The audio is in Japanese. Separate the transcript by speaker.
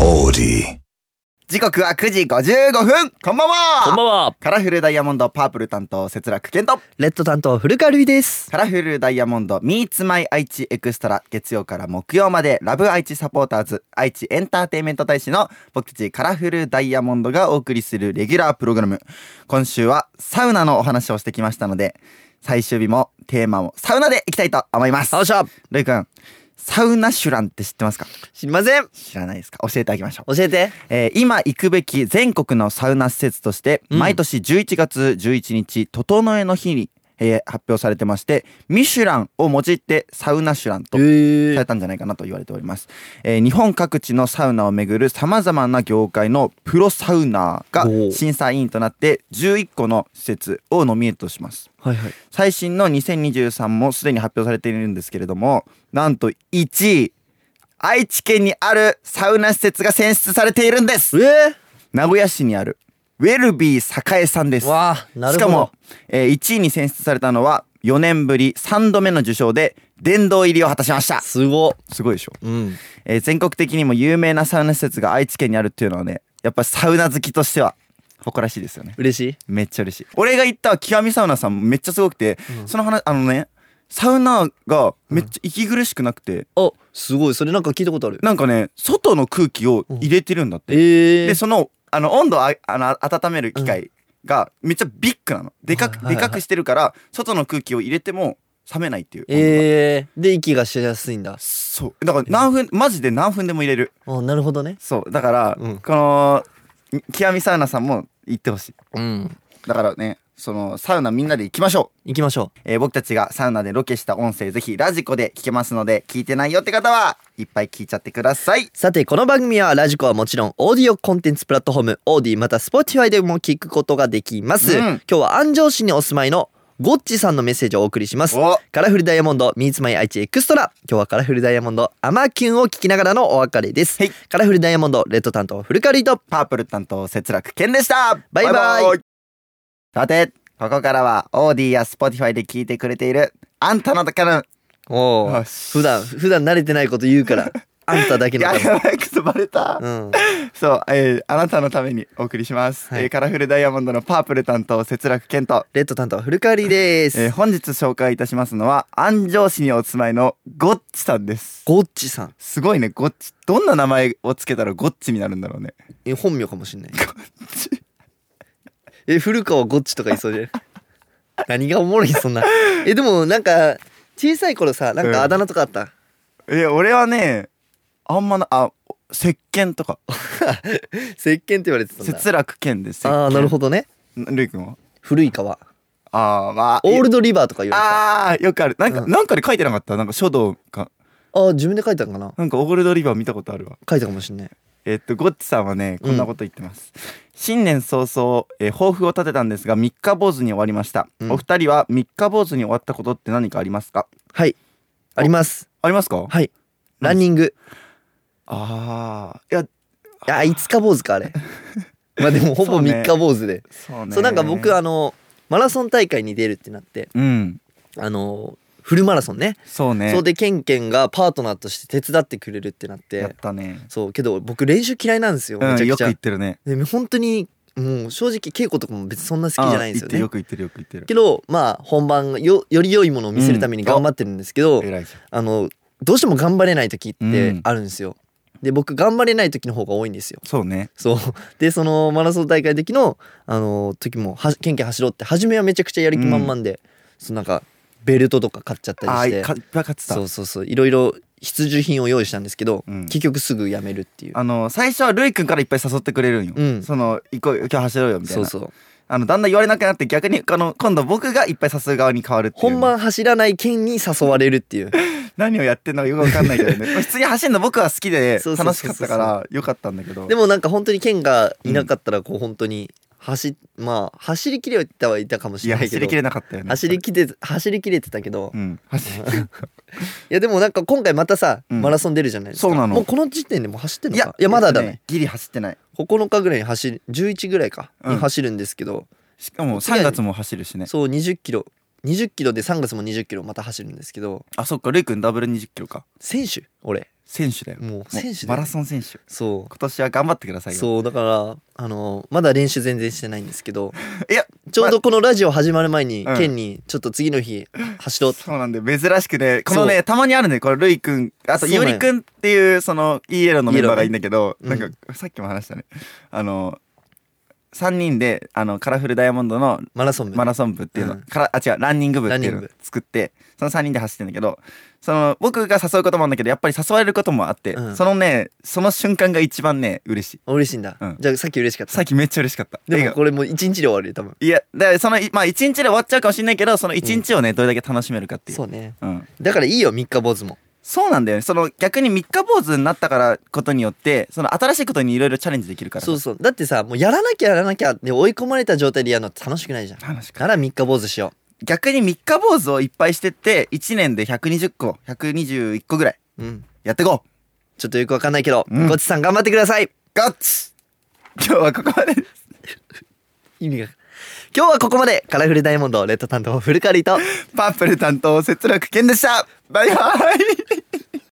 Speaker 1: オーデ
Speaker 2: 時刻は9時55分こんばんは
Speaker 3: こんばんは。
Speaker 2: カラフルダイヤモンドパープル担当節楽健と
Speaker 3: レッド担当古川るいです。
Speaker 2: カラフルダイヤモンド Meets My 愛知エクストラ月曜から木曜までラブ愛知サポーターズ愛知エンターテインメント大使の僕たちカラフルダイヤモンドがお送りするレギュラープログラム今週はサウナのお話をしてきましたので最終日もテーマもサウナでいきたいと思います
Speaker 3: よっしゃ
Speaker 2: ルイ君サウナシュランって知ってますか
Speaker 3: 知りません。
Speaker 2: 知らないですか教えてあげましょう
Speaker 3: 教えて。
Speaker 2: えー今行くべき全国のサウナ施設として
Speaker 3: うん
Speaker 2: 毎年11月11日「整えの日に」えー発表されてまして「ミシュラン」を用いて「サウナシュラン」とされたんじゃないかなと言われております、えー日本各地のサウナをめぐるさまざまな業界のプロサウナーが
Speaker 3: おー
Speaker 2: 審査委員となって11個の施設をノミネートします
Speaker 3: はいはい。
Speaker 2: 最新の2023もすでに発表されているんですけれどもなんと1位愛知県にあるサウナ施設が選出されているんです
Speaker 3: え
Speaker 2: 名古屋市にあるウェルビー栄さんです
Speaker 3: ー、わあ、なる
Speaker 2: し
Speaker 3: ほど。
Speaker 2: かも、えー1位に選出されたのは4年ぶり3度目の受賞で殿堂入りを果たしました
Speaker 3: すご。
Speaker 2: すごいでしょ、
Speaker 3: うん。
Speaker 2: えー全国的にも有名なサウナ施設が愛知県にあるっていうのはねやっぱサウナ好きとしては誇らしいですよね
Speaker 3: 嬉しい。
Speaker 2: めっちゃ嬉しい俺が行った極みサウナさんめっちゃすごくて、
Speaker 3: うん
Speaker 2: その話あのねサウナがめっちゃ息苦しくなくて、
Speaker 3: あ、すごい。それなんか聞いたことある。
Speaker 2: なんかね外の空気を入れてるんだって、
Speaker 3: ええ
Speaker 2: で
Speaker 3: ー。
Speaker 2: そのあの温度をああの温める機械がめっちゃビッグなのでかく
Speaker 3: はいはいは
Speaker 2: で
Speaker 3: い
Speaker 2: かくしてるから外の空気を入れても冷めないっていう、
Speaker 3: えー、で、息がしやすいんだ。
Speaker 2: そうだから何分マジで何分でも入れる
Speaker 3: あ、なるほどね。
Speaker 2: そうだから、
Speaker 3: うん
Speaker 2: この極みサウナさんも行ってほしい
Speaker 3: うん。
Speaker 2: だからねそのサウナみんなで行きましょう
Speaker 3: 行きましょ。
Speaker 2: えー僕たちがサウナでロケした音声ぜひラジコで聞けますので聞いてないよって方はいっぱい聞いちゃってくださいう
Speaker 3: さて、この番組はラジコはもちろん、オーディオコンテンツプラットフォーム、オーディまたスポティファイでも聞くことができます。
Speaker 2: うん
Speaker 3: 今日は安城市にお住まいのゴッチさんのメッセージをお送りします。
Speaker 2: お
Speaker 3: カラフルダイヤモンド Meets My 愛知エクストラ今日はカラフルダイヤモンドアマキュンを聞きながらのお別れです、
Speaker 2: はい
Speaker 3: カラフルダイヤモンドレッド担当古川瑠衣と
Speaker 2: パープル担当節楽健でした
Speaker 3: バイバイ
Speaker 2: さてここからはオーディやスポティファイで聞いてくれているあんたのだから
Speaker 3: おー
Speaker 2: よし
Speaker 3: 普段普段慣れてないこと言うからあんただけ
Speaker 2: い
Speaker 3: の
Speaker 2: や
Speaker 3: た
Speaker 2: やばいくそバレた、
Speaker 3: めうん
Speaker 2: そう、えーあなたのためにお送りします、
Speaker 3: はい
Speaker 2: えーカラフルダイヤモンドのパープル担当節楽健と、
Speaker 3: レッド担当古川瑠衣です、
Speaker 2: えー本日紹介いたしますのは安城市にお住まいのゴッチさんです
Speaker 3: ゴッチさん
Speaker 2: すごいねゴッチどんな名前をつけたらゴッチになるんだろうね
Speaker 3: え本名かもしんないえ古川ゴッチとかいそうじゃん 何がおもろいそんなえでもなんか小さい頃さなんかあだ名とかあった、
Speaker 2: え俺はねあんまなあ石鹸とか
Speaker 3: 石鹸って言われてたんだ
Speaker 2: 節楽剣で石鹸
Speaker 3: ああなるほどね
Speaker 2: どルイ君は
Speaker 3: 古い川
Speaker 2: ああまあ
Speaker 3: オール
Speaker 2: ド
Speaker 3: ドリバーとか言われてた
Speaker 2: ああよくあるなんか、
Speaker 3: うん
Speaker 2: なんかで書いてなかったなんか書道か
Speaker 3: あ自分で書いたんかな
Speaker 2: なんかオールドリバー見たことあるわ
Speaker 3: 書いたかもしんない
Speaker 2: えっとゴッチさんはねこんなこと言ってます、新年早々、えー抱負を立てたんですが三日坊主に終わりました、
Speaker 3: うん
Speaker 2: お二人は三日坊主に終わったことって何かありますか
Speaker 3: はいあります
Speaker 2: ありますか
Speaker 3: はいランニング
Speaker 2: ああいや
Speaker 3: いや5日坊主かあれ まあでもほ
Speaker 2: そ
Speaker 3: ぼ
Speaker 2: うね
Speaker 3: 3日坊主で
Speaker 2: そう
Speaker 3: そう,、
Speaker 2: ね
Speaker 3: なんか僕あのマラソン大会に出るってなって
Speaker 2: うん
Speaker 3: あのフルマラソンね
Speaker 2: そうね
Speaker 3: そうでケンケンがパートナーとして手伝ってくれるってなっ
Speaker 2: やってたね
Speaker 3: そうけど僕練習嫌いなんですよめ
Speaker 2: うん
Speaker 3: ちゃ
Speaker 2: よ
Speaker 3: く
Speaker 2: く
Speaker 3: ちゃ
Speaker 2: 言っ、てるね
Speaker 3: で本当にもう正直稽古とかも別にそんな好きじゃないんですよ
Speaker 2: ああ言っ
Speaker 3: ね
Speaker 2: てよく言ってるよく言ってる。
Speaker 3: けどまあ本番がよより良いものを見せるために頑張ってるんですけど、
Speaker 2: 偉いじ
Speaker 3: あのどうしても頑張れない時っ
Speaker 2: う
Speaker 3: て
Speaker 2: ん
Speaker 3: あるんですよ。で僕頑張れない時の方が多いんですよ。
Speaker 2: ゃん。そうね。
Speaker 3: そう でそのマラソン大会の時のあの時もはケンケン走ろうって初めはめちゃくちゃやる気満々で、そのなんかベルトとか買っちゃったり
Speaker 2: ああ
Speaker 3: し
Speaker 2: い
Speaker 3: て
Speaker 2: かいっぱい買ってた
Speaker 3: そ。うそうそういろいろ必需品を用意したんですけど、
Speaker 2: うん
Speaker 3: 結局すぐやめるっていう。
Speaker 2: あの最初はルイ君からいっぱい誘ってくれるんよ。
Speaker 3: うん
Speaker 2: その行こう今日走ろうよみたい
Speaker 3: そ
Speaker 2: な。
Speaker 3: うそう
Speaker 2: あのだんだん言われなくなって逆にあの今度僕がいっぱい誘う側に変わるっていうね、
Speaker 3: 本番走らない県に誘われるっていう
Speaker 2: 何をやってんのかよくわかんないけど ね。まあ普通に走るの僕は好きで
Speaker 3: そうそうそ
Speaker 2: 楽
Speaker 3: う
Speaker 2: し
Speaker 3: そ
Speaker 2: か
Speaker 3: う
Speaker 2: ったからよかったんだけど。
Speaker 3: でもなんか本当に県がいなかったらこう本当に走,、まあ、走りきれてはいたかもし
Speaker 2: い
Speaker 3: れ
Speaker 2: や
Speaker 3: ない
Speaker 2: 走
Speaker 3: けど
Speaker 2: りきれなかったよね。
Speaker 3: 走りきれ走りきれてたけど、
Speaker 2: うん走り。
Speaker 3: いやでもなんか今回またさ、
Speaker 2: うん
Speaker 3: マラソン出るじゃないですか
Speaker 2: そうなの
Speaker 3: もうこの時点でもう走ってん
Speaker 2: い
Speaker 3: のか
Speaker 2: や
Speaker 3: いやまだ だ
Speaker 2: えっと
Speaker 3: ね
Speaker 2: ギリ走ってない。
Speaker 3: 9日ぐらいに走る11ぐらいか
Speaker 2: うん
Speaker 3: に走るんですけど、
Speaker 2: しかも3月も走るしね。
Speaker 3: そう20キロ20キロで3月も20キロまた走るんですけど
Speaker 2: あそっかルイ君ダブル20キロか。
Speaker 3: 選手俺
Speaker 2: 選手だよ
Speaker 3: もう
Speaker 2: もう
Speaker 3: 選手だ
Speaker 2: マ
Speaker 3: よ
Speaker 2: ラソン選手
Speaker 3: そ
Speaker 2: 今年は頑張ってくださ
Speaker 3: う
Speaker 2: いよ
Speaker 3: そうだからあのまだ練習全然してないんです けど
Speaker 2: いや
Speaker 3: ちょうどこのラジオ始まる前に、
Speaker 2: うん
Speaker 3: ケンにちょっと次の日走ろうって
Speaker 2: そうなんで珍しくねこのねたまにあるねこれルイくんあと
Speaker 3: そう
Speaker 2: い
Speaker 3: な
Speaker 2: お
Speaker 3: んよ
Speaker 2: りくんっていうそのイエローのメンバーがいいんだけど、
Speaker 3: イエローね
Speaker 2: なんかさっきも話したねあの3人であのカラフルダイヤモンドの
Speaker 3: マラソン部
Speaker 2: マラソン部っていうの、
Speaker 3: うん
Speaker 2: からあ違うランニング部っていう
Speaker 3: ラ
Speaker 2: の
Speaker 3: ンニ
Speaker 2: を
Speaker 3: ング
Speaker 2: 作ってその3人で走ってんだけどその僕が誘うこともあるんだけどやっぱり誘われることもあって、
Speaker 3: うん
Speaker 2: そのねその瞬間が一番ね嬉しい
Speaker 3: 嬉しいんだ、
Speaker 2: うん
Speaker 3: じゃあさっき嬉しかった
Speaker 2: さっきめっちゃ嬉しかった
Speaker 3: で
Speaker 2: 笑
Speaker 3: も
Speaker 2: 顔
Speaker 3: これもう一日で終わるよ多分
Speaker 2: いやだからそのいまあ一日で終わっちゃうかもしれないけどその一日をね、どれだけ楽しめるかっていう
Speaker 3: そうね
Speaker 2: うん、
Speaker 3: だからいいよ三日坊主も
Speaker 2: そうなんだよねその逆に三日坊主になったからことによってその新しいことにいろいろチャレンジできるから
Speaker 3: そうそうだってさもうやらなきゃやらなきゃで追い込まれた状態でやるのって楽しくないじゃんだ
Speaker 2: 楽しか
Speaker 3: から三日坊主しよ
Speaker 2: 逆に三日坊主をいっぱいしてって1年で120個121個ぐらいう
Speaker 3: うん
Speaker 2: やっていこう
Speaker 3: ちょっとよくわかんないけど、
Speaker 2: うん
Speaker 3: ごちさん頑張ってください
Speaker 2: ガッツ今日はここまでです
Speaker 3: 意味が今日はここまでカラフルダイヤモンドレッド担当フルカリーと
Speaker 2: パープル担当節楽健でしたバイバイ